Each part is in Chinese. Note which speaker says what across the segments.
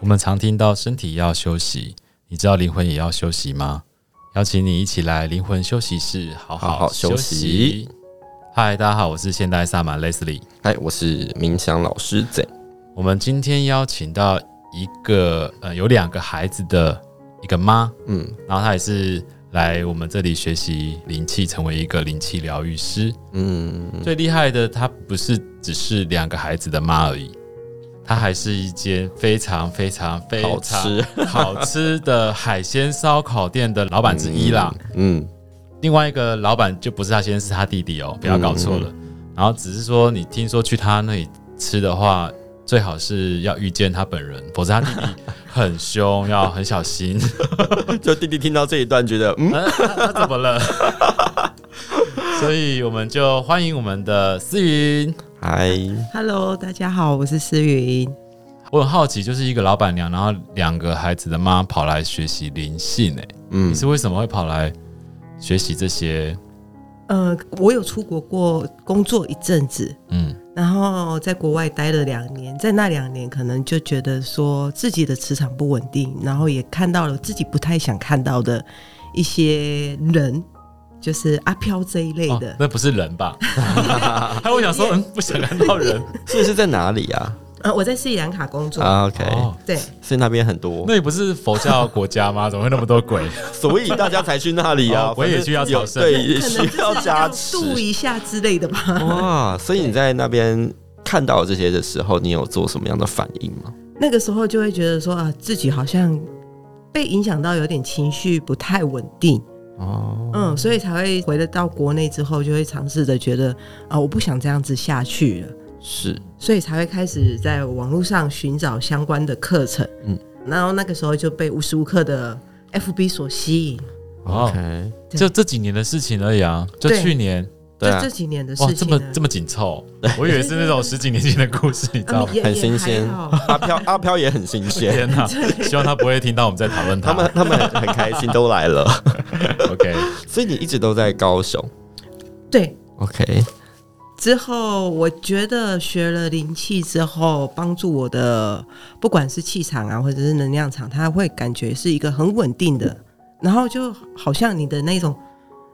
Speaker 1: 我们常听到身体要休息，你知道灵魂也要休息吗？邀请你一起来灵魂休息室，好
Speaker 2: 好好
Speaker 1: 休
Speaker 2: 休息。
Speaker 1: 嗨，大家好，我是现代萨满 Leslie。
Speaker 2: 嗨，哎我是冥想老师 Z。
Speaker 1: 我们今天邀请到一个呃有两个孩子的一个妈，
Speaker 2: 嗯，
Speaker 1: 然后她也是来我们这里学习灵气，成为一个灵气疗愈师。
Speaker 2: 嗯，
Speaker 1: 最厉害的，她不是只是两个孩子的妈而已，她还是一间非常非常非常
Speaker 2: 好吃
Speaker 1: 好吃的海鲜烧烤店的老板之一啦。
Speaker 2: 嗯，
Speaker 1: 另外一个老板就不是他先生，是他弟弟哦，不要搞错
Speaker 2: 嗯
Speaker 1: 了。然后只是说，你听说去他那里吃的话，最好是要遇见他本人，否则他弟弟很凶，要很小 心。啊
Speaker 2: 就弟弟听到这一段，觉得嗯，
Speaker 1: 那那怎么了？ 所以我们就欢迎我们的思云。
Speaker 2: 嗨，
Speaker 3: Hello，大家好，我是思云。
Speaker 1: 我很好奇，就是一个老板娘，然后两个孩子的妈跑来学习灵性、欸，
Speaker 2: 嗯
Speaker 1: 你，是为什么会跑来学习这些？
Speaker 3: 呃，我有出国过工作一阵子，
Speaker 1: 嗯
Speaker 3: 然后在国外待了两年，在那两年可能就觉得说自己的磁场不稳定，然后也看到了自己不太想看到的一些人，就是阿飘这一类
Speaker 1: 哦
Speaker 3: 的。，
Speaker 1: 那不是人吧？还有我想说，嗯，不想看到人。
Speaker 2: 所以是在哪里啊？
Speaker 3: 呃，我在斯里兰卡工作，
Speaker 2: 啊，OK，
Speaker 1: 哦，
Speaker 3: 对，
Speaker 2: 所以那边很多，
Speaker 1: 那也不是佛教国家吗？怎么会那么多鬼？
Speaker 2: 所以大家才去那里啊。
Speaker 1: 哦我也需要
Speaker 2: 反正有
Speaker 1: 朝圣
Speaker 2: 对，也
Speaker 3: 可能就
Speaker 2: 需
Speaker 3: 是要
Speaker 2: 加持。
Speaker 3: 度一下之类的吧。
Speaker 2: 哇，所以你在那边看到这些的时候，你有做什么样的反应吗？
Speaker 3: 那个时候就会觉得说啊，自己好像被影响到，有点情绪不太稳定。
Speaker 2: 哦，
Speaker 3: 嗯，所以才会回得到国内之后，就会尝试着觉得啊、我不想这样子下去了，
Speaker 2: 是，
Speaker 3: 所以才会开始在网络上寻找相关的课程。
Speaker 2: 嗯
Speaker 3: 嗯，然后那个时候就被无时无刻的 FB 所吸引，
Speaker 1: 哦
Speaker 2: OK，
Speaker 3: 对
Speaker 1: 就这几年的事情而已啊，就
Speaker 3: 对
Speaker 1: 去年
Speaker 2: 对
Speaker 3: 就
Speaker 2: 啊
Speaker 3: 这，几年的事
Speaker 1: 哇，这
Speaker 3: 情
Speaker 1: 么
Speaker 3: 了。
Speaker 1: 这么紧凑，我以为是那种十几年前的故事，你知道
Speaker 3: 啊
Speaker 1: 吗？
Speaker 3: 也
Speaker 2: 很
Speaker 3: 也
Speaker 2: 新
Speaker 3: 还
Speaker 2: 鲜
Speaker 3: 好
Speaker 2: 阿飘阿飘也很新鲜，
Speaker 1: 天哪，希望他不会听到我们在讨论
Speaker 2: 他
Speaker 1: 他。
Speaker 2: 们他们很很开心，都来了。
Speaker 1: OK，
Speaker 2: 所以你一直都在高雄
Speaker 3: 对，
Speaker 2: ，OK，
Speaker 3: 之后我觉得学了灵气之后，帮助我的不管是气场啊，或者是能量场，它会感觉是一个很稳定的，然后就好像你的那种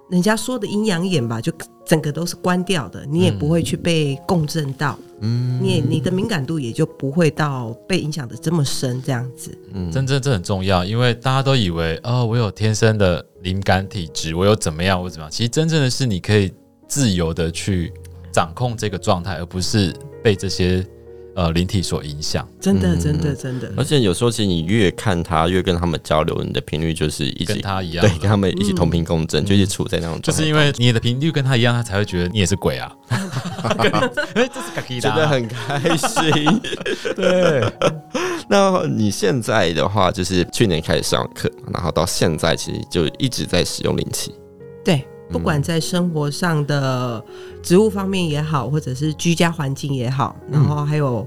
Speaker 3: 人家说的阴阳眼吧，就整个都是关掉的，你也不会去被共振到，嗯，你也你的敏感度也就不会到被影响的这么深，这样子，
Speaker 2: 嗯，
Speaker 1: 真正这很重要，因为大家都以为哦，我有天生的灵感体质，我有怎么样，我怎么样。其实真正的是你可以自由的去掌控这个状态，而不是被这些呃灵体所影响。
Speaker 3: 真的，
Speaker 2: 嗯
Speaker 3: 真的，真的，
Speaker 2: 而且有时候，其实你越看他，越跟他们交流，你的频率就是一
Speaker 1: 跟
Speaker 2: 起
Speaker 1: 他一样
Speaker 2: 对
Speaker 1: 的，，
Speaker 2: 跟他们一起同频共振，就是处在那种
Speaker 1: 就
Speaker 2: 状态
Speaker 1: 是因为你的频率跟他一样，他才会觉得你也是鬼啊。 哎，这是卡基
Speaker 2: 觉
Speaker 1: 达，
Speaker 2: 得很开心。
Speaker 1: 对。
Speaker 2: 那你现在的话，就是去年开始上课，然后到现在其实就一直在使用灵气。
Speaker 3: 对，不
Speaker 2: 嗯
Speaker 3: 管在生活上的植物方面也好，或者是居家环境也好，然后还有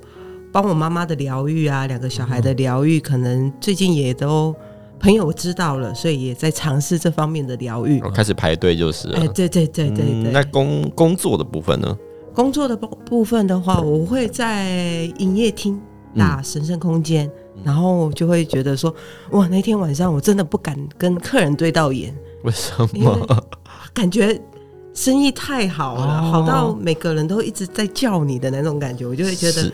Speaker 3: 帮我妈妈的疗愈啊，两个小孩
Speaker 2: 嗯
Speaker 3: 的疗愈，可能最近也都朋友知道了，所以也在尝试这方面的疗愈
Speaker 2: 然。
Speaker 1: 嗯
Speaker 2: 后开始排队哦就是了。
Speaker 3: 哎，对对对对
Speaker 2: 嗯
Speaker 3: 对。
Speaker 2: 那工工作的部分呢？
Speaker 3: 工作的部部分的话，我会在营业厅
Speaker 2: 嗯
Speaker 3: 打神圣空间，然后就会觉得说，哇，那天晚上我真的不敢跟客人对到眼，
Speaker 2: 为什
Speaker 3: 因为
Speaker 2: 么？
Speaker 3: 感觉生意太好了，
Speaker 2: 哦
Speaker 3: 好到每个人都一直在叫你的那种感觉，我就会觉得
Speaker 2: 是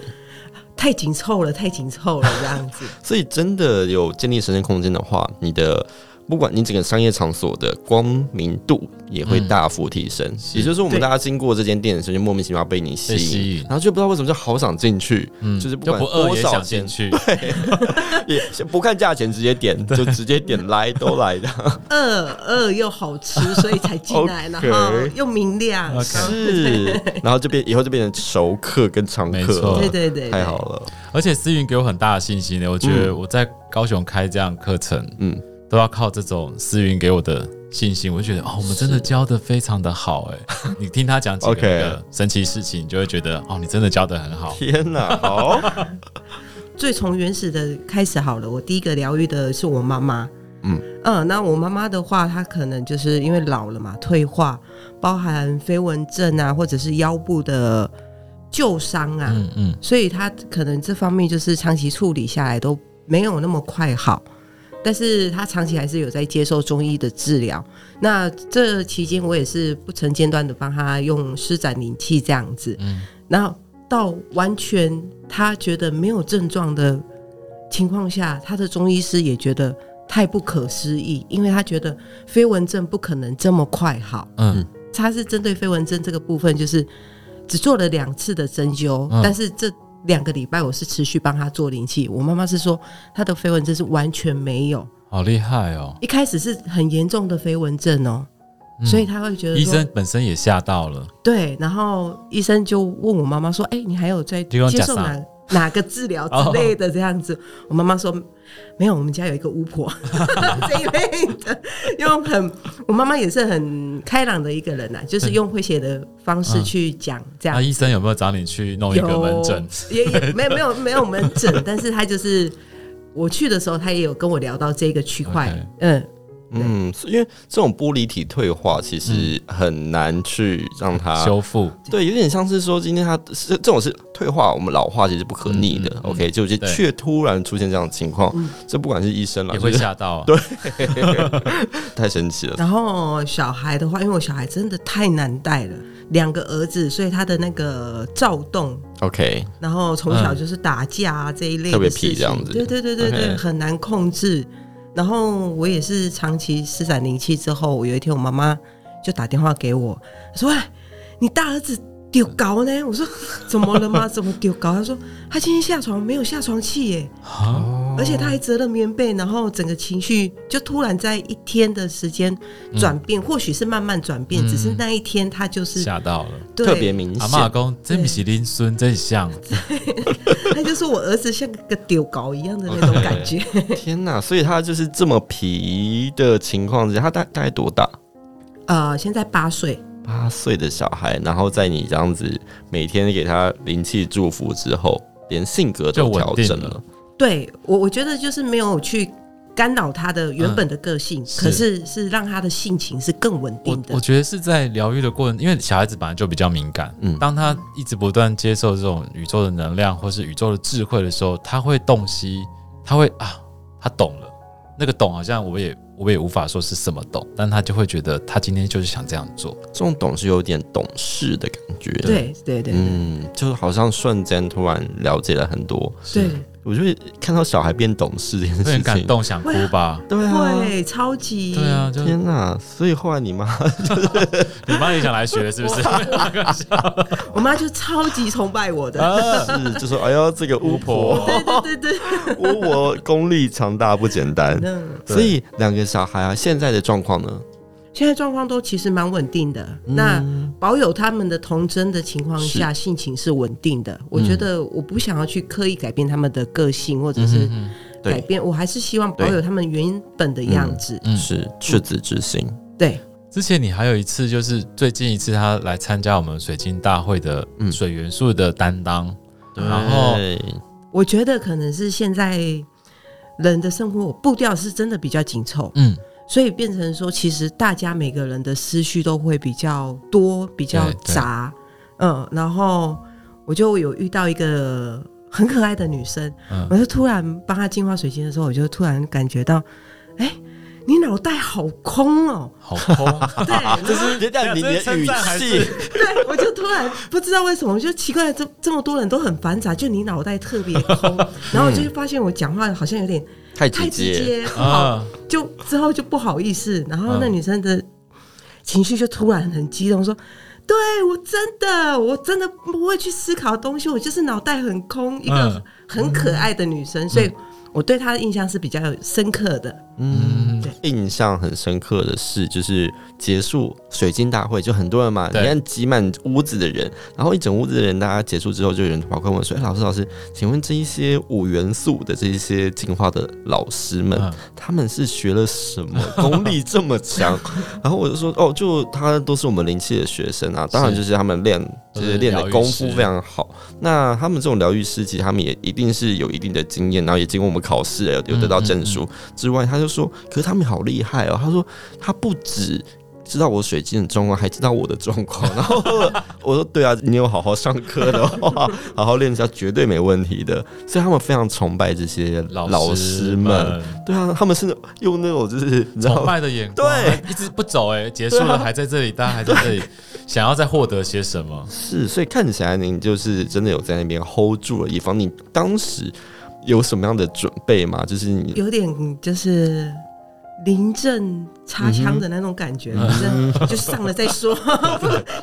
Speaker 3: 太紧凑了，太紧凑了这样 子。
Speaker 2: 所以真的有建立神圣空间的话，你的不管你整个商业场所的光明度也会
Speaker 1: 嗯
Speaker 2: 大幅提升。也就是说，我们
Speaker 3: 对
Speaker 2: 大家经过这间店的时候，就莫名其妙被你吸
Speaker 1: 被吸
Speaker 2: 引，
Speaker 1: 引
Speaker 2: 然后就不知道为什么就好想进去，
Speaker 1: 嗯
Speaker 2: 就是不
Speaker 1: 就
Speaker 2: 管
Speaker 1: 不饿
Speaker 2: 多
Speaker 1: 也
Speaker 2: 少
Speaker 1: 想
Speaker 2: 钱
Speaker 1: 进，去，
Speaker 2: 也不看价钱直接 点，就直接点来都来的。
Speaker 3: 饿饿又好吃，所以才进 来，然
Speaker 2: OK
Speaker 3: 后又明亮。
Speaker 1: OK
Speaker 2: 是， 然后就变以后就变成熟客跟常
Speaker 1: 没
Speaker 2: 客
Speaker 1: 错
Speaker 2: 了，
Speaker 3: 对对对，对
Speaker 2: 太好。了，
Speaker 1: 而且思云给我很大的信心欸呢。我觉得我在高雄开这样课程，
Speaker 2: 嗯，
Speaker 1: 都要靠这种思云给我的信心。我就觉得哦，我们真的教的非常的好 哎。你听他讲几
Speaker 2: OK
Speaker 1: 个神奇事情，你就会觉得哦，你真的教的很好。
Speaker 2: 天哪， 好，
Speaker 3: 最从原始的开始好了，我第一个疗愈的是我妈妈。
Speaker 2: 嗯
Speaker 3: 嗯，那我妈妈的话，她可能就是因为老了嘛，退化，包含飞蚊症啊，或者是腰部的旧伤啊，
Speaker 1: 嗯嗯，
Speaker 3: 所以他可能这方面就是长期处理下来都没有那么快好，但是他长期还是有在接受中医的治疗。那这期间我也是不曾间断的帮他用施展灵气这样子，
Speaker 1: 嗯
Speaker 3: 然后到完全他觉得没有症状的情况下，他的中医师也觉得太不可思议，因为他觉得飞蚊症不可能这么快好。
Speaker 1: 嗯
Speaker 3: 他是针对飞蚊症这个部分，就是只做了两次的针灸，
Speaker 1: 嗯
Speaker 3: 但是这两个礼拜我是持续帮他做灵气。我妈妈是说她的飞蚊症是完全没有，
Speaker 1: 好厉害哦！
Speaker 3: 一开始是很严重的飞蚊症哦，
Speaker 1: 嗯
Speaker 3: 所以他会觉得
Speaker 1: 医
Speaker 3: 说
Speaker 1: 生本身也吓到了，
Speaker 3: 对，然后医生就问我妈妈说：“哎、你还有在
Speaker 1: 你有
Speaker 3: 接
Speaker 1: 讲
Speaker 3: 受
Speaker 1: 啥
Speaker 3: 哪 哪个治疗之类的这样子？”我妈妈说：“没有，我们家有一个 巫婆这一类的，用很我妈妈也是很开朗的一个人呐、啊就是用诙谐的方式去讲这样
Speaker 1: 那。”医生有没有找你去弄嗯一
Speaker 3: 有
Speaker 1: 个门诊？
Speaker 3: 也也没有没有没有门诊，但是他就是我去的时候，他也有跟我聊到这个区块
Speaker 1: OK
Speaker 3: 嗯，
Speaker 2: 嗯，是因为这种玻璃体退化其实很难去让它
Speaker 1: 嗯修复？
Speaker 2: 对，有点像是说，今天它是这种是退化，我们老化其实不可逆的。
Speaker 1: 嗯嗯嗯
Speaker 2: OK，就就
Speaker 1: 对
Speaker 2: 却突然出现这样的情况，
Speaker 3: 嗯
Speaker 2: 这不管是医生了，
Speaker 1: 也会
Speaker 2: 就是
Speaker 1: 吓到啊！
Speaker 2: 太神奇了。
Speaker 3: 然后小孩的话，因为我小孩真的太难带了，两个儿子，所以他的那个躁动，
Speaker 2: OK，
Speaker 3: 然后从小就是打架啊这一类
Speaker 2: 嗯特别
Speaker 3: 的
Speaker 2: 皮
Speaker 3: 事
Speaker 2: 这样
Speaker 3: 情，
Speaker 2: 子
Speaker 3: 对对对对对，
Speaker 2: OK
Speaker 3: 很难控制。然后我也是长期施展灵气之后，我有一天我妈妈就打电话给我，她说：“喂，哎你大儿子丢高呢？”我说：“怎么了 吗？怎么丢高？”她说：“他今天下床没有下床气耶，
Speaker 1: 啊，
Speaker 3: 而且他还折了棉被，然后整个情绪就突然在一天的时间转
Speaker 2: 嗯
Speaker 3: 变，或许是慢慢转变，
Speaker 1: 嗯
Speaker 3: 只是那一天他就是
Speaker 1: 吓到了！
Speaker 3: 对
Speaker 2: 特别明
Speaker 1: 阿妈
Speaker 2: 显。
Speaker 1: 公真不是林孙，真像
Speaker 3: 他就说我儿子像个丢高一样的那种感觉。
Speaker 2: 天哪！所以他就是这么皮的情况之下，他大大概多大？
Speaker 3: 呃，现在八岁，
Speaker 2: 八岁的小孩，然后在你这样子每天给他灵气祝福之后，连性格
Speaker 1: 就
Speaker 2: 都
Speaker 1: 稳
Speaker 2: 调
Speaker 1: 定
Speaker 2: 整
Speaker 1: 了
Speaker 2: 了。
Speaker 3: 对我我觉得就是没有去干扰他的原本的个性，
Speaker 1: 是
Speaker 3: 可是是让他的性情是更稳定
Speaker 1: 我
Speaker 3: 的
Speaker 1: 我。觉得是在疗愈的过程，因为小孩子本来就比较敏感，
Speaker 2: 嗯
Speaker 1: 当他一直不断接受这种宇宙的能量或是宇宙的智慧的时候，他会洞悉，他会啊，他懂了。那个懂好像我也我也无法说是什么懂，但他就会觉得他今天就是想这样做。
Speaker 2: 这种懂是有点懂事的感觉。，
Speaker 3: 对对对对
Speaker 2: 嗯，就好像瞬间突然了解了很多。
Speaker 3: 对，
Speaker 2: 我就会看到小孩变懂事这件事
Speaker 1: 会
Speaker 2: 情，
Speaker 1: 很感。动，想哭吧？
Speaker 2: 对啊，
Speaker 3: 会超级
Speaker 1: 对啊，就
Speaker 2: 天哪！所以后来 你妈，
Speaker 1: 你妈也想来学了，是不是？
Speaker 3: 我妈就超级崇拜我的。
Speaker 1: 哦
Speaker 2: 是就说：“哎呦，这个巫婆，
Speaker 3: 对对对对，
Speaker 2: 巫婆功力强大不简单。
Speaker 3: 嗯，”
Speaker 2: 所以两个小孩啊，现在的状况呢？
Speaker 3: 现在状况都其实蛮稳定的。
Speaker 1: 嗯
Speaker 3: 那保有他们的童真的情况下，性情是稳定的。我觉得我不想要去刻意改变他们的个性，或者是
Speaker 1: 嗯
Speaker 2: 对
Speaker 3: 改变，我还是希望保有他们原本的样子。
Speaker 1: 嗯
Speaker 2: 是赤子之心，
Speaker 3: 对，
Speaker 1: 之前你还有一次，就是最近一次他来参加我们水晶大会的
Speaker 2: 嗯
Speaker 1: 水元素的担当，然后
Speaker 2: 对
Speaker 3: 我觉得可能是现在人的生活步调是真的比较紧凑，
Speaker 1: 嗯，
Speaker 3: 所以变成说，其实大家每个人的思绪都会比较多、比较
Speaker 1: 对哎对
Speaker 3: 杂。嗯，然后我就有遇到一个很可爱的女生，
Speaker 1: 嗯
Speaker 3: 我就突然帮她净化水晶的时候，我就突然感觉到，哎、你脑袋好空
Speaker 1: ，
Speaker 3: 哦
Speaker 1: 好啊空，
Speaker 3: 对，然后
Speaker 2: 人家 你
Speaker 1: 这是
Speaker 2: 你的
Speaker 1: 称
Speaker 2: 语
Speaker 1: 赞还
Speaker 2: 气
Speaker 1: 是，
Speaker 3: 对，我就突然不知道为什么，我就奇怪，这这么多人都很繁杂，就你脑袋特别空， 然后我就发现我讲话好像有点
Speaker 2: 太
Speaker 3: 太
Speaker 2: 直
Speaker 3: 直
Speaker 2: 接，
Speaker 3: 接，不好
Speaker 1: 啊，
Speaker 3: 就之后就不好意思，然后那
Speaker 1: 嗯
Speaker 3: 女生的情绪就突然很激动，说：“对我真的，我真的不会去思考东西，我就是脑袋很空。”一个
Speaker 1: 嗯
Speaker 3: 很可爱的女生，所以我对她的印象是比较深刻的。
Speaker 1: 嗯，
Speaker 2: 印象很深刻的是，就是结束水晶大会，就很多人嘛，你
Speaker 1: 对
Speaker 2: 看挤满屋子的人，然后一整屋子的人，大家结束之后，就有人跑过来问说：“哎、老师，老师，请问这一些五元素的这一些进化的老师们，
Speaker 1: 嗯
Speaker 2: 他们是学了什么，功力这 么强？”然后我就说：“哦，就他都是我们灵气的学生啊，当然就是他 们练，
Speaker 1: 都
Speaker 2: 就是是练
Speaker 1: 疗
Speaker 2: 的
Speaker 1: 愈
Speaker 2: 功
Speaker 1: 师
Speaker 2: 夫非常好。那他们这种疗愈师，其实他们也一定是有一定的经验，然后也经过我们考试，嗯有有得到证书。之外，他就说，可是他们好厉害哦。他说他不止知道我水晶的状况，还知道我的状 况。然后我说对啊，你有好好上课的话， 好好练一下，啊绝对没问题的。所以他们非常崇拜这些
Speaker 1: 老
Speaker 2: 老
Speaker 1: 师嗯
Speaker 2: 师们。对啊，他们是用那种就是你知道
Speaker 1: 崇拜的眼光，
Speaker 2: 对
Speaker 1: 一直不走哎、结束
Speaker 2: 对
Speaker 1: 了
Speaker 2: 啊
Speaker 1: 还在这里，大家还在这里， 想要再获得些什么？
Speaker 2: 是，所以看起来您就是真的有在那边 hold 住了一方。你当时有什么样的准备吗？就是你
Speaker 3: 有点就是临阵擦枪的那种感觉，就是就上了再说，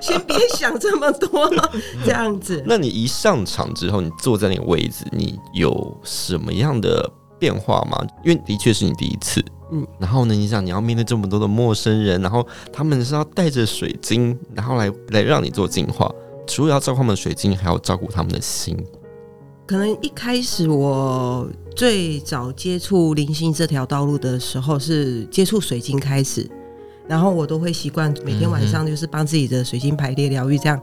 Speaker 3: 先别想这么 多，这样子。
Speaker 2: 那你一上场之后，你坐在那个位置，你有什么样的变化吗？因为的确是你第一次，
Speaker 3: 嗯
Speaker 2: 嗯，然后呢，你想你要面对这么多的陌生人，然后他们是要带着水晶，然后来来让你做净化。除了要照顾他们的水晶，还要照顾他们的心。
Speaker 3: 可能一开始我最早接触灵性这条道路的时候是接触水晶开始，然后我都会习惯每天晚上就是帮自己的水晶排列疗愈，这样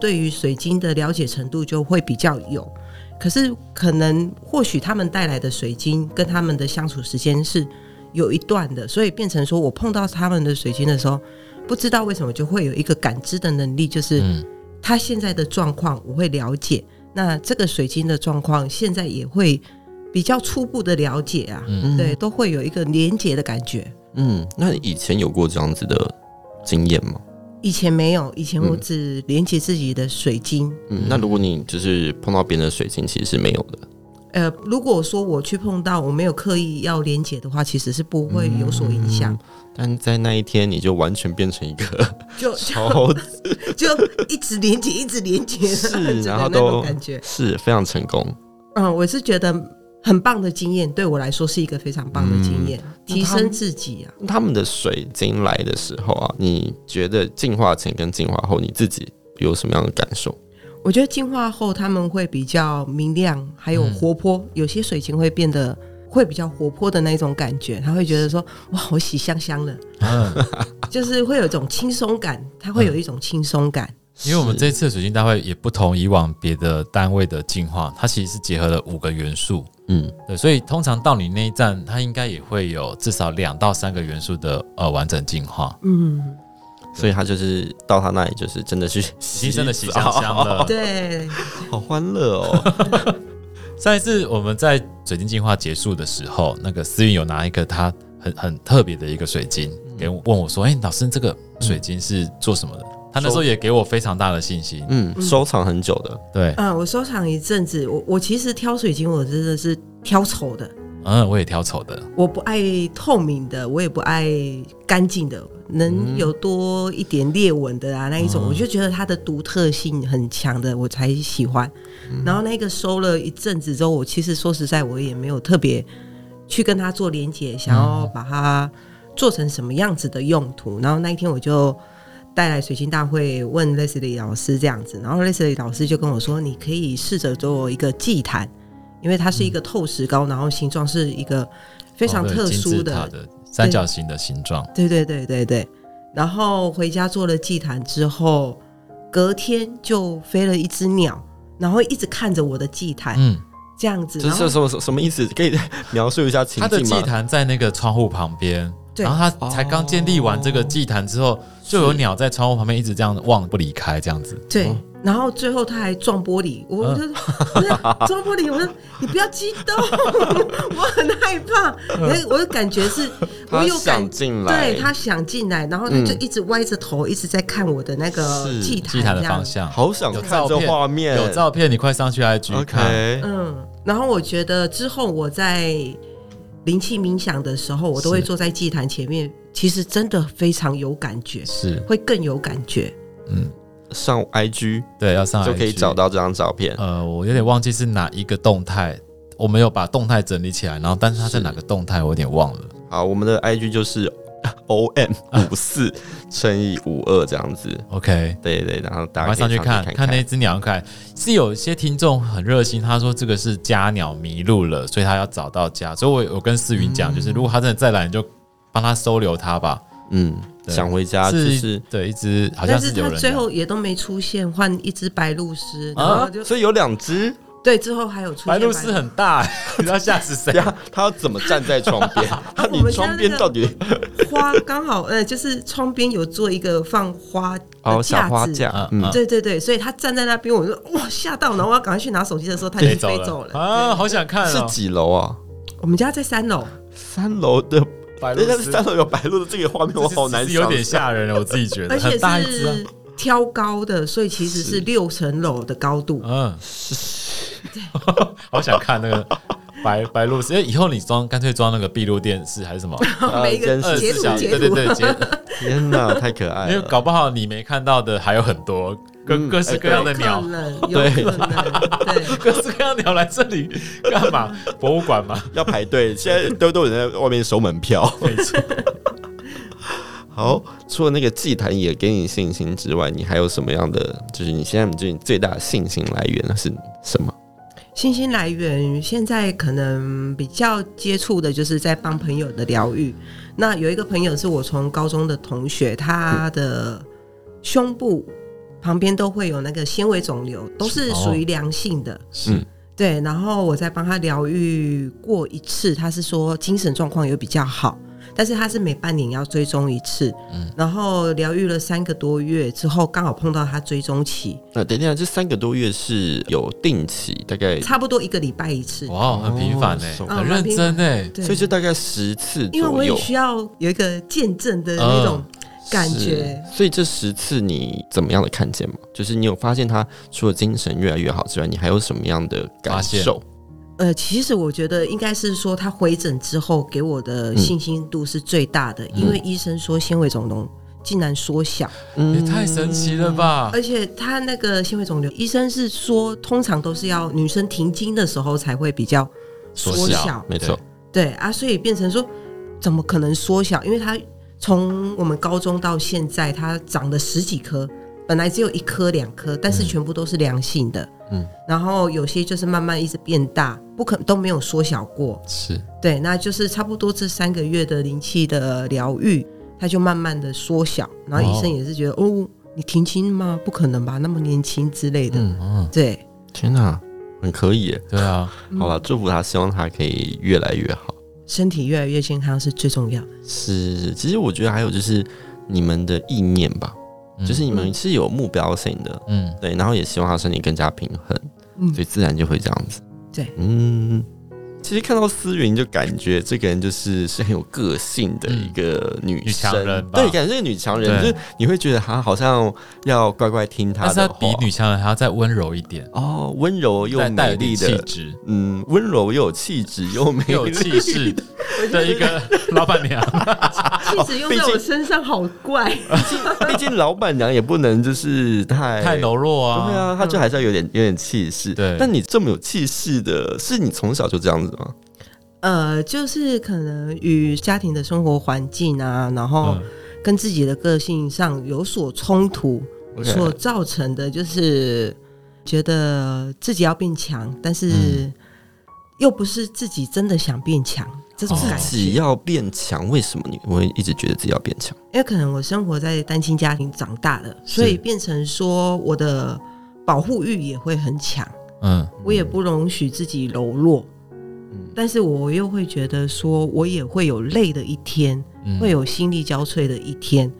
Speaker 3: 对于水晶的了解程度就会比较有。可是可能或许他们带来的水晶跟他们的相处时间是有一段的，所以变成说我碰到他们的水晶的时候，不知道为什么就会有一个感知的能力，就是
Speaker 1: 嗯，
Speaker 3: 他现在的状况我会了解，那这个水晶的状况现在也会比较初步的了解啊，
Speaker 2: 嗯
Speaker 3: 对，，都会有一个连结的感觉。
Speaker 2: 嗯，那你以前有过这样子的经验吗？
Speaker 3: 以前没有，以前我
Speaker 2: 嗯
Speaker 3: 只连接自己的水晶。
Speaker 2: 嗯，那如果你就是碰到别人的水晶，其实是没有的。
Speaker 3: 呃，如果说我去碰到我没有刻意要连接的话，其实是不会有所影响，
Speaker 2: 嗯但在那一天，你就完全变成一个
Speaker 3: 就
Speaker 2: 超
Speaker 3: 就一直连接，一直连接，
Speaker 2: 是
Speaker 3: 这个
Speaker 2: 然后
Speaker 3: 那种
Speaker 2: 都
Speaker 3: 感觉。
Speaker 2: 是非常成功。
Speaker 3: 嗯，我是觉得很棒的经验，对我来说是一个非常棒的经验，
Speaker 2: 嗯
Speaker 3: 提升自己啊。
Speaker 2: 他们的水晶来的时候啊，你觉得进化前跟进化后，你自己有什么样的感受？
Speaker 3: 我觉得进化后他们会比较明亮，还有活泼，有些水晶会变得会比较活泼的那种感觉，他会觉得说哇，我洗香香了， 就是会有一种轻松感，它会有一种轻松感。
Speaker 1: 因为我们
Speaker 2: 是
Speaker 1: 这次的水晶大会也不同以往别的单位的进化，它其实是结合了五个元素，
Speaker 2: 嗯
Speaker 1: 对，所以通常到你那一站，它应该也会有至少两到三个元素的呃完整进化，
Speaker 3: 嗯，
Speaker 2: 所以他就是到他那里，就是真的是
Speaker 1: 已
Speaker 2: 洗
Speaker 1: 经真的洗香香了，
Speaker 3: 哦对，
Speaker 2: 好欢乐 哦。
Speaker 1: 上一次我们在水晶进化结束的时候，那个思韵有拿一个她很很特别的一个水晶
Speaker 3: 嗯
Speaker 1: 给我，问我说：“哎、老师，这个水晶是做什么的？”她那时候也给我非常大的信心。
Speaker 2: 嗯，收藏很久的，
Speaker 1: 对，
Speaker 3: 嗯，我收藏一阵子，我我其实挑水晶，我真的是挑丑的，
Speaker 1: 嗯，我也挑丑的，
Speaker 3: 我不爱透明的，我也不爱干净的，能有多一点裂纹的啊那一种，我就觉得它的独特性很强的，我才喜欢。然后那个收了一阵子之后，我其实说实在，我也没有特别去跟它做连接，想要把它做成什么样子的用途。然后那一天我就。带来水晶大会问 Leslie 老师这样子，然后 Leslie 老师就跟我说，你可以试着做一个祭坛，因为它是一个透石膏，然后形状是一个非常
Speaker 1: 哦对
Speaker 3: 特
Speaker 1: 金
Speaker 3: 殊
Speaker 1: 字
Speaker 3: 的，
Speaker 1: 塔的三角形的形状。
Speaker 3: 对对对对对。然后回家做了祭坛之后，隔天就飞了一只鸟，然后一直看着我的祭坛、
Speaker 1: 嗯，
Speaker 3: 这样子，
Speaker 2: 这
Speaker 3: 然后
Speaker 2: 是什么什么意思？可以描述一下情
Speaker 1: 她的
Speaker 2: 境
Speaker 1: 祭
Speaker 2: 吗？
Speaker 1: 坛在那个窗户旁边，
Speaker 3: 对
Speaker 1: 然后她才刚建立完这个祭坛之后，就有
Speaker 2: 是
Speaker 1: 鸟在窗户旁边一直这样望不离开，这样子。
Speaker 3: 对。然后最后他还撞玻璃，我我就说、 不是撞玻璃，我说你不要激动， 我很害怕。那我的感觉是，我
Speaker 2: 他
Speaker 3: 有感
Speaker 2: 想进来，
Speaker 3: 对他想进来，然后他就一直歪着头，一直在看我的那个
Speaker 2: 是
Speaker 3: 祭
Speaker 1: 祭坛
Speaker 3: 坛
Speaker 1: 的
Speaker 3: 这样
Speaker 1: 方
Speaker 3: 子。
Speaker 1: 向
Speaker 2: 好想
Speaker 1: 有
Speaker 2: 看
Speaker 1: 照
Speaker 2: 这
Speaker 1: 片
Speaker 2: 画面，
Speaker 1: 有照片，你快上去 IG 看。
Speaker 2: OK，
Speaker 3: 嗯，然后我觉得之后我在灵气冥想的时候，我都会坐在祭坛前面，其实真的非常有感觉，
Speaker 1: 是，
Speaker 3: 会更有感觉。
Speaker 1: 嗯，
Speaker 2: 上 IG
Speaker 1: 对，要上
Speaker 2: 就可以
Speaker 1: IG
Speaker 2: 找到这张照片。
Speaker 1: 呃，我有点忘记是哪一个动态，我们有把动态整理起来，然后但是它在哪个动态我有点忘了。
Speaker 2: 好，我们的 IG 就是 O M 五四乘以五二这样子。
Speaker 1: OK，
Speaker 2: 对对，然后大
Speaker 1: 赶快
Speaker 2: 家可以
Speaker 1: 上去
Speaker 2: 看
Speaker 1: 看看那只鸟，看是有一些听众很热心，他说这个是家鸟迷路了，所以他要找到家。所以我有跟思云讲，就是如果他真的再来，你就帮他收留他吧。
Speaker 2: 嗯，
Speaker 1: 对
Speaker 2: 想回家就是是
Speaker 1: 对一只好像
Speaker 3: 但是
Speaker 1: 有
Speaker 3: 他
Speaker 1: 人
Speaker 3: 最
Speaker 1: 养
Speaker 3: 后也都没出现，换一只白鹭鸶，然
Speaker 2: 啊
Speaker 3: 后就、，
Speaker 2: 所以有两只
Speaker 3: 对，之后还有出
Speaker 1: 白
Speaker 3: 现
Speaker 1: 鹭鸶很大、 欸，你知道吓死谁
Speaker 2: 对？呀，他要怎么站在窗 边？他你
Speaker 3: 我们家
Speaker 2: 窗边
Speaker 3: 那个
Speaker 2: 到底
Speaker 3: 花，刚好呃，就是窗边有做一个放花
Speaker 2: 哦
Speaker 3: 的
Speaker 2: 小花
Speaker 3: 子，
Speaker 2: 架
Speaker 1: 嗯，
Speaker 2: 嗯
Speaker 1: 嗯，
Speaker 3: 对对对，所以他站在那边，我就哇吓到，然后我要赶快去拿手机的时候，他已
Speaker 1: 飞
Speaker 3: 经
Speaker 1: 走
Speaker 3: 飞
Speaker 1: 了
Speaker 3: 走了。
Speaker 1: 啊！好想看
Speaker 2: 是
Speaker 1: 哦，
Speaker 2: 几楼啊？
Speaker 3: 我们家在三楼，
Speaker 2: 三楼的，
Speaker 1: 白鹭
Speaker 2: 人家
Speaker 1: 鸶
Speaker 2: 三楼有白鹭的这个画面， 我好难
Speaker 1: 这是
Speaker 2: 想
Speaker 1: 有点
Speaker 2: 象
Speaker 1: 吓人了，我自己觉 得
Speaker 3: 而且
Speaker 1: 很大一只、啊
Speaker 3: 是挑高的，所以其实
Speaker 2: 是
Speaker 3: 是六层楼的高度。
Speaker 1: 啊，嗯， 好想看那个白白鹭鸶，因为以后你装干脆装那个闭路电视还是什 么
Speaker 2: 啊
Speaker 3: 每一个
Speaker 2: 真
Speaker 1: 二十
Speaker 2: 是
Speaker 3: 截
Speaker 1: 四
Speaker 3: 图
Speaker 1: 小时，
Speaker 3: 截
Speaker 1: 对
Speaker 3: 图
Speaker 1: 对对 截，
Speaker 2: 天哪，太可爱
Speaker 1: 因为
Speaker 2: 了！
Speaker 1: 搞不好你没看到的还有很多，各
Speaker 2: 嗯
Speaker 1: 各式各样的鸟
Speaker 3: 有可。能， 有
Speaker 2: 对
Speaker 3: 可能，对。
Speaker 1: 各式各样的鸟来这里干嘛？ 博物馆吗？
Speaker 2: 要排队，现在都都有人在外面收门票。
Speaker 1: 没错，
Speaker 2: 好，除了那个祭坛也给你信心之外，你还有什么样的？就是你现在最最大的信心来源是什么？
Speaker 3: 信心来源现在可能比较接触的就是在帮朋友的疗愈。那有一个朋友是我从高中的同学，他的胸部旁边都会有那个纤维肿瘤，都是属于良性的。
Speaker 1: 是
Speaker 3: 对，然后我再帮他疗愈过一次，他是说精神状况有比较好，但是他是每半年要追踪一次。嗯，然后疗愈了三个多月之后，刚好碰到他追踪期，
Speaker 2: 那等一下，这三个多月是有定期，大概，
Speaker 3: 差不多一个礼拜一次。
Speaker 1: 哇，很频繁哎、
Speaker 2: 哦
Speaker 1: 很认真哎、
Speaker 3: 对
Speaker 2: 所以就大概十次
Speaker 3: 因为
Speaker 2: 左
Speaker 3: 我也
Speaker 2: 右。嗯
Speaker 3: 需要有一个见证的那种感觉。
Speaker 2: 是所以这十次你怎么样的看见吗？就是你有发现他除了精神越来越好之外，你还有什么样的感
Speaker 1: 发现
Speaker 2: 受？
Speaker 3: 呃，其实我觉得应该是说，他回诊之后给我的信心度是最大
Speaker 2: 嗯
Speaker 3: 的，因为医生说纤维肿瘤竟然缩小，
Speaker 2: 啊
Speaker 1: 也
Speaker 2: 嗯
Speaker 1: 太神奇了吧！
Speaker 3: 而且他那个纤维肿瘤，医生是说通常都是要女生停经的时候才会比较
Speaker 1: 缩
Speaker 3: 缩
Speaker 1: 小
Speaker 3: 小，
Speaker 2: 没错，
Speaker 3: 对啊，所以变成说，怎么可能缩小？因为它从我们高中到现在，它长了十几颗，本来只有一颗、两颗，但是全部都是良性的。
Speaker 2: 嗯，
Speaker 3: 然后有些就是慢慢一直变大，不可都没有缩小过。
Speaker 1: 是
Speaker 3: 对，那就是差不多这三个月的灵气的疗愈，它就慢慢的缩小。然后医生也是觉得，哦你停经吗？不可能吧，那么年轻之类的。
Speaker 2: 嗯，
Speaker 1: 嗯，
Speaker 3: 对，
Speaker 2: 天哪，很可以耶！
Speaker 1: 对啊，
Speaker 3: 嗯
Speaker 2: 好了，祝福他，希望他可以越来越好。
Speaker 3: 身体越来越健康是最重要的。
Speaker 2: 是，其实我觉得还有就是你们的意念吧，
Speaker 1: 嗯
Speaker 2: 就是你们是有目标性的，
Speaker 1: 嗯，
Speaker 2: 对，然后也希望他身体更加平衡，
Speaker 3: 嗯
Speaker 2: 所以自然就会这样子。
Speaker 3: 对，
Speaker 2: 嗯，其实看到思云就感觉这个人就是是很有个性的一个女
Speaker 1: 女
Speaker 2: 生，
Speaker 1: 强人吧
Speaker 2: 对，感觉是个女强人，就
Speaker 1: 对
Speaker 2: 是你会觉得她好像要乖乖听她
Speaker 1: 但
Speaker 2: 的
Speaker 1: 是它
Speaker 2: 话，
Speaker 1: 比女强人还要再温柔一点，
Speaker 2: 哦，温柔又
Speaker 1: 再带
Speaker 2: 美
Speaker 1: 有点
Speaker 2: 丽
Speaker 1: 气
Speaker 2: 的，
Speaker 1: 质，
Speaker 2: 嗯，温柔又有气质又美丽，
Speaker 1: 又有气势的一 个老板娘。
Speaker 3: 气质用在
Speaker 2: 毕竟
Speaker 3: 我身上好怪。
Speaker 2: 毕竟 老板娘也不能就是太
Speaker 1: 太柔弱啊！
Speaker 2: 哎对，啊，他就还是要有点有点气势。
Speaker 1: 对
Speaker 2: 但你这么有气势的，是你从小就这样子吗？
Speaker 3: 呃，就是可能与家庭的生活环境啊，然后
Speaker 1: 嗯，
Speaker 3: 跟自己的个性上有所冲突，
Speaker 2: OK
Speaker 3: 所造成的就是觉得自己要变强，但
Speaker 1: 嗯
Speaker 3: 是又不是自己真的想变强这种
Speaker 1: 哦
Speaker 3: 感
Speaker 2: 自
Speaker 3: 觉。
Speaker 2: 己要变强，为什么你会一直觉得自己要变强？
Speaker 3: 因为可能我生活在单亲家庭长大的，
Speaker 1: 是
Speaker 3: 所以变成说我的保护欲也会很强，
Speaker 1: 嗯，
Speaker 3: 我也不容许自己柔弱。但是我又会觉得说，我也会有累的一天，
Speaker 1: 嗯
Speaker 3: 会有心力交瘁的一天。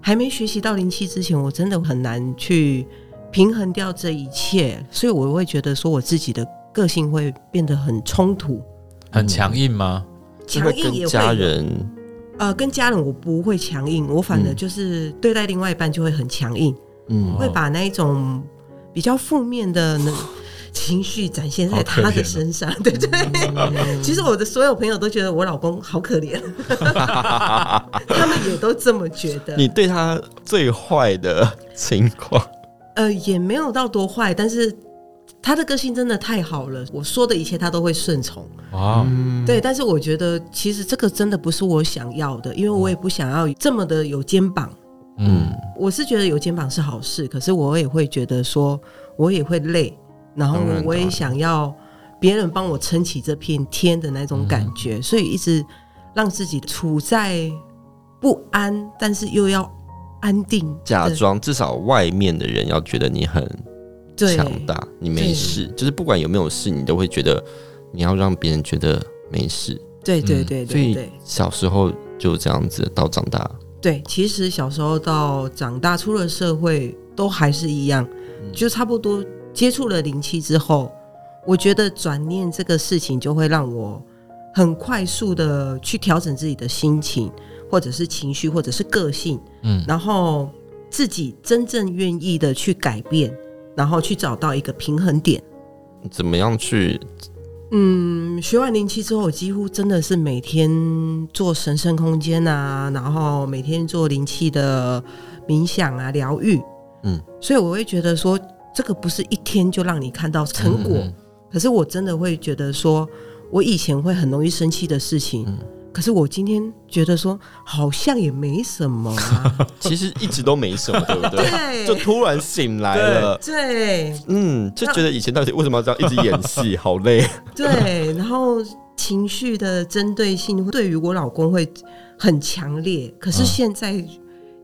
Speaker 3: 还没学习到灵气之前，我真的很难去平衡掉这一切，所以我会觉得说我自己的个性会变得很冲突，
Speaker 1: 很强硬吗？
Speaker 2: 就
Speaker 3: 强硬
Speaker 2: 跟
Speaker 3: 也
Speaker 2: 家
Speaker 3: 会有。
Speaker 2: 人
Speaker 3: 呃，跟家人我不会强硬，我反而
Speaker 2: 嗯
Speaker 3: 就是对待另外一半就会很强硬，
Speaker 2: 嗯
Speaker 1: 哦
Speaker 3: 会把那一种比较负面的能情绪展现在
Speaker 1: 好可
Speaker 3: 他
Speaker 1: 怜嗯
Speaker 3: 的
Speaker 1: 哦
Speaker 3: 身上， 对对。其实我的所有朋友都觉得我老公好可怜， 他们也都这么觉得。
Speaker 2: 你对他最坏的情况，
Speaker 3: 呃，也没有到多坏，但是他的个性真的太好了，我说的一切他都会顺从。
Speaker 1: 哦哇，
Speaker 2: 嗯
Speaker 3: 对，但是我觉得其实这个真的不是我想要的，因为我也不想要这么的有肩膀。
Speaker 1: 嗯，
Speaker 3: 我是觉得有肩膀是好事，可是我也会觉得说，我也会累，然后
Speaker 2: 当然
Speaker 3: 我
Speaker 2: 当
Speaker 3: 也
Speaker 2: 然
Speaker 3: 想要别人帮我撑起这片天的那种感
Speaker 2: 嗯
Speaker 3: 觉，所以一直让自己处在不安，但是又要安定的
Speaker 2: 假装至少外面的人要觉得你很
Speaker 3: 对
Speaker 2: 强大，你没事，就是不管有没有事，你都会觉得你要让别人觉得没事。
Speaker 3: 对对
Speaker 1: 嗯
Speaker 3: 对
Speaker 2: 所
Speaker 3: 对
Speaker 2: 以
Speaker 3: 对
Speaker 2: 小时候就这样子，到长大，
Speaker 3: 对，其实小时候到长大出了社会都还是一样，就差不多接触了灵气之后，我觉得转念这个事情就会让我很快速的去调整自己的心情，或者是情绪，或者是个性，
Speaker 1: 嗯
Speaker 3: 然后自己真正愿意的去改变，然后去找到一个平衡点。
Speaker 2: 怎么样 去
Speaker 3: 嗯，学完灵气之后，我几乎真的是每天做神圣空间啊，然后每天做灵气的冥想啊、疗愈。
Speaker 2: 嗯，
Speaker 3: 所以我会觉得说，这个不是一天就让你看到成果，
Speaker 1: 嗯
Speaker 3: 可是我真的会觉得说，我以前会很容易生气的事情，
Speaker 2: 嗯
Speaker 3: 可是我今天觉得说，好像也没什么 啊。
Speaker 2: 其实一直都没什么，对不对？
Speaker 3: 对
Speaker 2: 就突然醒来了，
Speaker 3: 对
Speaker 2: 嗯，就觉得以前到底为什么要这样一直演戏，好 累。
Speaker 3: 对，然后情绪的针对性对于我老公会很强烈，可是
Speaker 1: 嗯
Speaker 3: 现在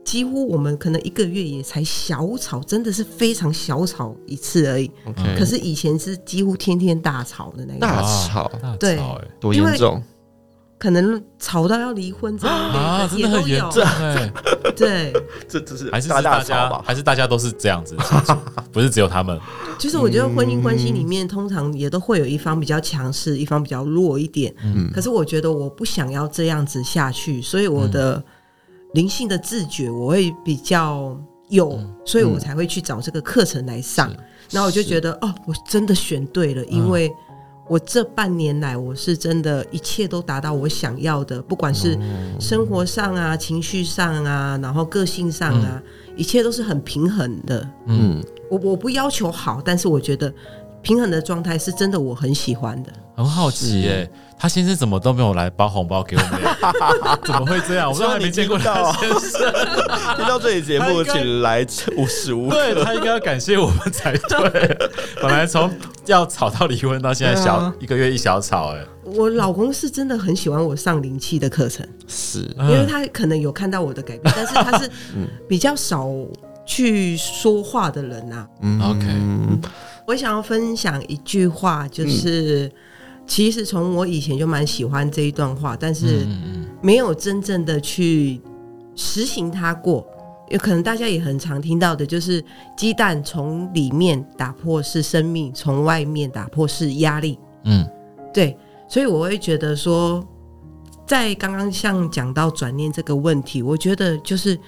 Speaker 3: 几乎我们可能一个月也才小吵，真的是非常小吵一次而已。
Speaker 2: 嗯
Speaker 1: OK
Speaker 3: 可是以前是几乎天天大吵的那种，
Speaker 2: 大
Speaker 1: 哇
Speaker 2: 吵
Speaker 1: 大
Speaker 3: 对
Speaker 1: 吵哎、
Speaker 2: 多严重？
Speaker 3: 可能吵到要离婚之 类
Speaker 1: 啊，
Speaker 3: 的，
Speaker 1: 真
Speaker 3: 也
Speaker 1: 的
Speaker 3: 都
Speaker 1: 很严
Speaker 3: 有。
Speaker 1: 重哎、
Speaker 3: 对，
Speaker 2: 这这是
Speaker 1: 还是是
Speaker 2: 大
Speaker 1: 大
Speaker 2: 大吵
Speaker 1: 家
Speaker 2: 吧？
Speaker 1: 还是大家都是这样子，是 不是不是只有他们。
Speaker 3: 就是我觉得婚姻关系里面，通常也都会有一方比较强势，一方比较弱一点。
Speaker 1: 嗯
Speaker 3: 可是我觉得我不想要这样子下去，所以我的灵性的自觉我会比较有，所以我才会去找这个课程来上。然后我就觉得哦，我真的选对了，因为我这半年来我是真的一切都达到我想要的，不管是生活上啊、情绪上啊，然后个性上啊，一切都是很平衡的。
Speaker 2: 嗯，
Speaker 3: 我我不要求好，但是我觉得平衡的状态是真的我很喜欢的。
Speaker 1: 很好奇耶、他先生怎么都没有来包红包给我们、 怎么会这样？我都还没见过他先生，
Speaker 2: 听到这里节
Speaker 1: 哎
Speaker 2: 目，请来无时无刻。
Speaker 1: 对他应该要感谢我们才对。本来从要吵到离婚到现在小、
Speaker 2: 对啊
Speaker 1: 一个月一小吵、哎，
Speaker 3: 我老公是真的很喜欢我上灵气的课程，
Speaker 2: 是，
Speaker 1: 嗯
Speaker 3: 因为他可能有看到我的改变，但是他是比较少去说话的人啊。
Speaker 2: 嗯
Speaker 1: OK
Speaker 3: 我想要分享一句话，就是、
Speaker 1: 嗯
Speaker 3: 其实从我以前就蛮喜欢这一段话，但是
Speaker 1: 嗯
Speaker 3: 没有真正的去实行它过。有可能大家也很常听到的，就是鸡蛋从里面打破是生命，从外面打破是压力。
Speaker 1: 嗯
Speaker 3: 对，所以我会觉得说，在刚刚像讲到转念这个问题，我觉得就是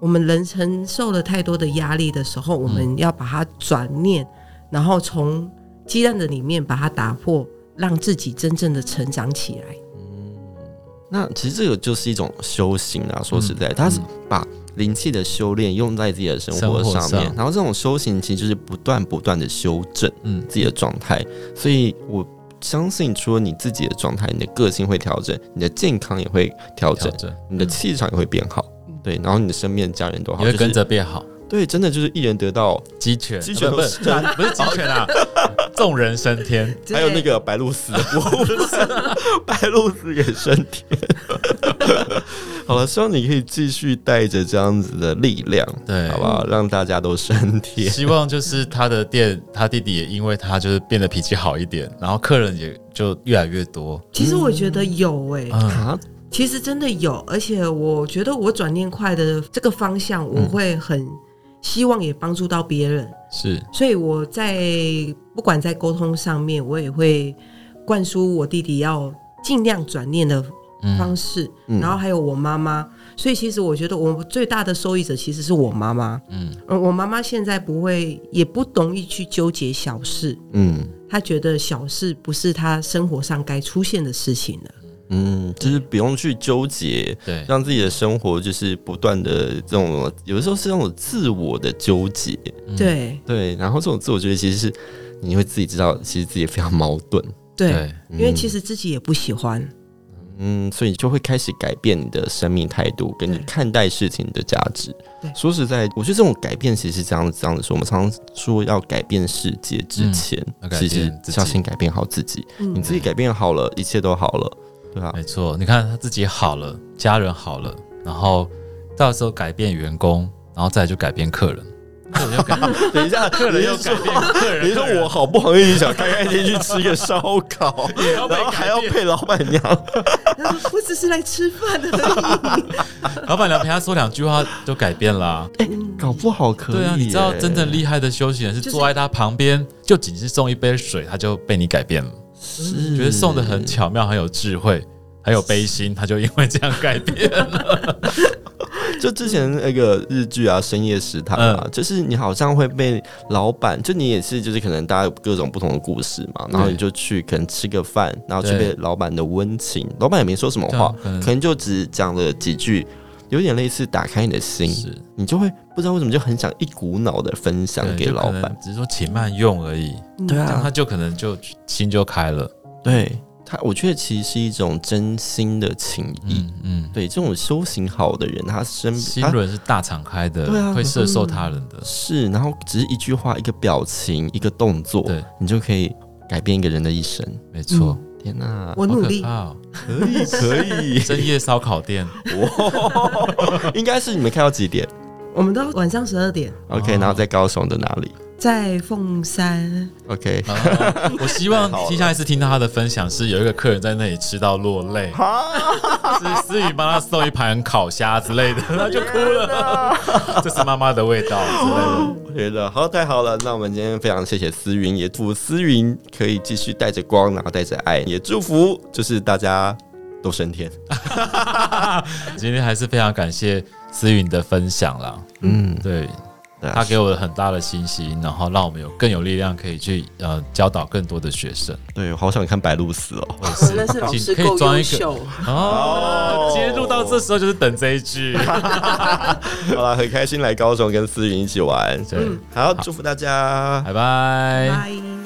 Speaker 3: 我们人承受了太多的压力的时候，我们要把它转念，然后从鸡蛋的里面把它打破，让自己真正的成长起来。
Speaker 2: 那其实这个就是一种修行啊。说实在，他是把灵气的修炼用在自己的生活上
Speaker 1: 生活
Speaker 2: 面，
Speaker 1: 上
Speaker 2: 然后这种修行其实就是不断不断的修正
Speaker 1: 嗯
Speaker 2: 自己的状态。所以我相信，除了你自己的状态，你的个性会调整，你的健康也会调
Speaker 1: 嗯，调
Speaker 2: 整，
Speaker 1: 整嗯
Speaker 2: 你的气场也会变好。对，然后你的身边的家人都好，
Speaker 1: 也会
Speaker 2: 就是
Speaker 1: 跟着变好。
Speaker 2: 对，真的就是一人得道，
Speaker 1: 鸡犬，
Speaker 2: 鸡犬
Speaker 1: 啊不是
Speaker 2: 不是
Speaker 1: 啊不是 鸡犬啊，众人升天。
Speaker 3: 对
Speaker 2: 还有那个白露丝的部分， 白露丝也升天。 好了，希望你可以继续带着这样子的力量，
Speaker 1: 对
Speaker 2: 好不好？让大家都升天。
Speaker 1: 希望就是他的店，他弟弟也因为他就是变得脾气好一点，然后客人也就越来越多。
Speaker 3: 其实我觉得有诶、
Speaker 1: 嗯，
Speaker 2: 啊，
Speaker 3: 其实真的有，而且我觉得我转念快的这个方向，我会很希望也帮助到别人。
Speaker 1: 是，
Speaker 3: 所以我在不管在沟通上面，我也会灌输我弟弟要尽量转念的
Speaker 1: 嗯
Speaker 3: 方式，
Speaker 2: 嗯
Speaker 3: 然后还有我妈妈。所以其实我觉得我最大的受益者其实是我妈妈。
Speaker 1: 嗯
Speaker 3: 嗯，我妈妈现在不会，也不容易去纠结小事，
Speaker 2: 嗯
Speaker 3: 她觉得小事不是她生活上该出现的事情了。
Speaker 2: 嗯，就是不用去纠结，
Speaker 1: 对，
Speaker 2: 让自己的生活就是不断的这种，有的时候是那种自我的纠结，
Speaker 1: 嗯
Speaker 3: 对
Speaker 2: 对。然后这种自我纠结其实是你会自己知道，其实自己非常矛盾，
Speaker 3: 对，
Speaker 1: 对，
Speaker 2: 嗯
Speaker 3: 因为其实自己也不喜 欢。
Speaker 2: 嗯，所以就会开始改变你的生命态度，跟你
Speaker 3: 对
Speaker 2: 看待事情的价值
Speaker 3: 对。
Speaker 2: 说实在，我觉得这种改变其实是这样子，这样子说，我们常常说要改变世界之前，
Speaker 1: 要改
Speaker 2: 其
Speaker 1: 变
Speaker 2: 实
Speaker 1: 自己
Speaker 2: 要先改变好自己。
Speaker 3: 嗯
Speaker 2: 你自己改变好了，一切都好了，对 吧、
Speaker 1: 没错。你看他自己好了， 家人好了，然后到时候改变员工，然后再来就改变客人。客人要改，
Speaker 2: 等一下，客
Speaker 1: 客人要改变，客人
Speaker 2: 你说
Speaker 1: 客人
Speaker 2: 我好不好意思想开开心去吃个烧烤，
Speaker 1: 也要被
Speaker 2: 然后还要
Speaker 1: 改变
Speaker 2: 配老板娘，
Speaker 3: 他说我只是来吃饭而已。
Speaker 1: 老板娘陪他说两句话就改变啦、
Speaker 2: 搞不好可以耶。
Speaker 1: 哎对啊，你知道真正厉害的修行人是
Speaker 3: 就是
Speaker 1: 坐在他旁边，就仅是送一杯水，他就被你改变了。
Speaker 2: 是
Speaker 1: 觉得送的很巧妙，很有智慧，很有悲心，他就因为这样改变 了。
Speaker 2: 就之前那个日剧啊，《深夜食堂》啊，
Speaker 1: 嗯
Speaker 2: 就是你好像会被老板，就你也是，就是可能大家有各种不同的故事嘛，然后
Speaker 1: 对
Speaker 2: 你就去可能吃个饭，然后去
Speaker 1: 对
Speaker 2: 被老板的温情，老板也没说什么话，
Speaker 1: 对啊可能
Speaker 2: 可能就只讲了几句，有点类似打开你的心，你就会不知道为什么就很想一股脑的分享
Speaker 1: 对
Speaker 2: 给
Speaker 1: 就
Speaker 2: 老
Speaker 1: 可能
Speaker 2: 板，
Speaker 1: 只是说请慢用而已，这
Speaker 2: 对
Speaker 1: 样
Speaker 2: 啊
Speaker 1: 他，就可能就心就开了。
Speaker 2: 对他，我觉得其实是一种真心的情谊。
Speaker 1: 嗯嗯，
Speaker 2: 对这种修行好的人，他身
Speaker 1: 心
Speaker 2: 他
Speaker 1: 轮是大敞开的
Speaker 2: 对，啊
Speaker 1: 会摄受他人的。
Speaker 2: 是，然后只是一句话、一个表情、一个动作，
Speaker 1: 对，
Speaker 2: 你就可以改变一个人的一生。
Speaker 1: 没错，
Speaker 2: 天哪、
Speaker 1: 好
Speaker 3: 我努
Speaker 1: 可
Speaker 3: 力
Speaker 1: 怕，哦！
Speaker 2: 可以可以，
Speaker 1: 深夜烧烤 店，
Speaker 2: 哇，应该是你们看到几点
Speaker 3: 我们都晚上十二点
Speaker 2: ？OK，、
Speaker 1: 哦
Speaker 2: 然后在高雄的哪里
Speaker 3: 在凤山，
Speaker 2: ？OK，
Speaker 1: 啊我希望
Speaker 2: 太好了
Speaker 1: 听下一次听到他的分享是有一个客人在那里吃到落 泪，
Speaker 2: 啊，
Speaker 1: 是思雨帮他送一盘烤虾之类的， 他就哭了。这是妈妈的味道之类的。
Speaker 2: 我觉得好太好了。那我们今天非常谢谢思云，也祝思云可以继续带着光，然后带着爱，也祝福就是大家都升天。
Speaker 1: 今天还是非常感谢思雨你的分享啦，
Speaker 2: 嗯，
Speaker 1: 对
Speaker 2: 对啊
Speaker 1: 他给我很大的信心，然后让我们有更有力量可以去呃教导更多的学生。
Speaker 2: 对，我好想看白露丝 哦。
Speaker 1: 我也是
Speaker 3: 但是老
Speaker 1: 请
Speaker 3: 师
Speaker 1: 可以
Speaker 3: 够
Speaker 1: 装
Speaker 3: 优
Speaker 1: 一个
Speaker 3: 秀，
Speaker 1: 哦
Speaker 2: 哦，
Speaker 1: 接入到这时候就是等这一句。
Speaker 2: 好啦，很开心来高雄跟思云一起玩。
Speaker 1: 对，
Speaker 2: 好，祝福大家，
Speaker 1: 拜拜。
Speaker 3: 拜。